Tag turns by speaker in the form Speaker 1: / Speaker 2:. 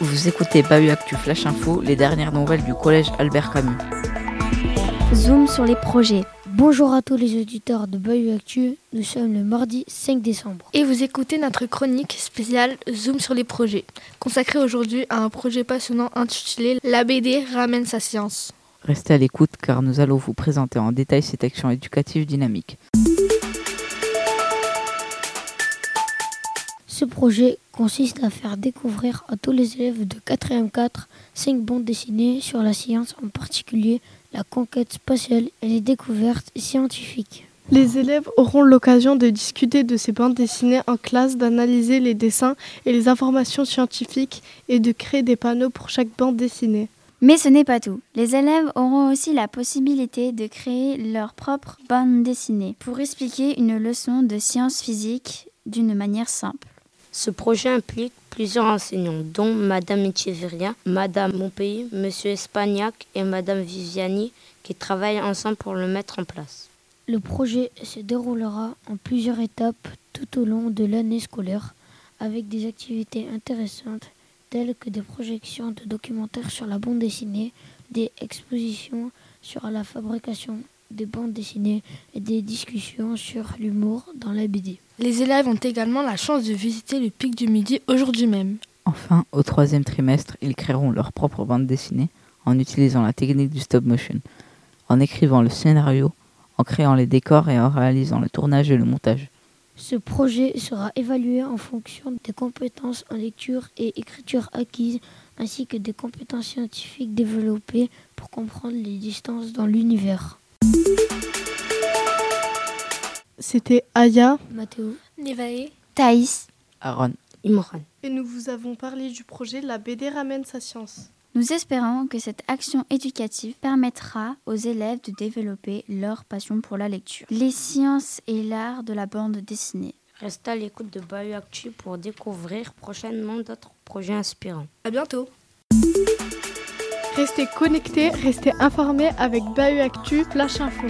Speaker 1: Vous écoutez Bahut Actu Flash Info, les dernières nouvelles du collège Albert Camus.
Speaker 2: Zoom sur les projets.
Speaker 3: Bonjour à tous les auditeurs de Bayou Actu, nous sommes le mardi 5 décembre.
Speaker 4: Et vous écoutez notre chronique spéciale Zoom sur les projets, consacrée aujourd'hui à un projet passionnant intitulé La BD ramène sa science.
Speaker 1: Restez à l'écoute car nous allons vous présenter en détail cette action éducative dynamique.
Speaker 3: Ce projet consiste à faire découvrir à tous les élèves de 4e 4 cinq bandes dessinées sur la science, en particulier la conquête spatiale et les découvertes scientifiques.
Speaker 5: Les élèves auront l'occasion de discuter de ces bandes dessinées en classe, d'analyser les dessins et les informations scientifiques et de créer des panneaux pour chaque bande dessinée.
Speaker 6: Mais ce n'est pas tout. Les élèves auront aussi la possibilité de créer leur propre bande dessinée pour expliquer une leçon de sciences physiques d'une manière simple.
Speaker 7: Ce projet implique plusieurs enseignants, dont Madame Echeverria, Madame Montpellier, Monsieur Espagnac et Madame Viviani, qui travaillent ensemble pour le mettre en place.
Speaker 3: Le projet se déroulera en plusieurs étapes tout au long de l'année scolaire, avec des activités intéressantes telles que des projections de documentaires sur la bande dessinée, des expositions sur la fabrication des bandes dessinées et des discussions sur l'humour dans la BD.
Speaker 4: Les élèves ont également la chance de visiter le pic du midi aujourd'hui même.
Speaker 1: Enfin, au troisième trimestre, ils créeront leur propre bande dessinée en utilisant la technique du stop motion, en écrivant le scénario, en créant les décors et en réalisant le tournage et le montage.
Speaker 3: Ce projet sera évalué en fonction des compétences en lecture et écriture acquises, ainsi que des compétences scientifiques développées pour comprendre les distances dans l'univers.
Speaker 5: C'était Aya,
Speaker 3: Mathéo,
Speaker 4: Nevae,
Speaker 6: Thaïs,
Speaker 1: Aaron,
Speaker 7: Imran.
Speaker 5: et nous vous avons parlé du projet La BD ramène sa science.
Speaker 6: nous espérons que cette action éducative permettra aux élèves de développer leur passion pour la lecture, les sciences et l'art de la bande dessinée.
Speaker 7: Restez à l'écoute de Bayou Actu pour découvrir prochainement d'autres projets inspirants.
Speaker 4: À bientôt.
Speaker 5: Restez connectés, restez informés avec Bahut Actu, Flash Info.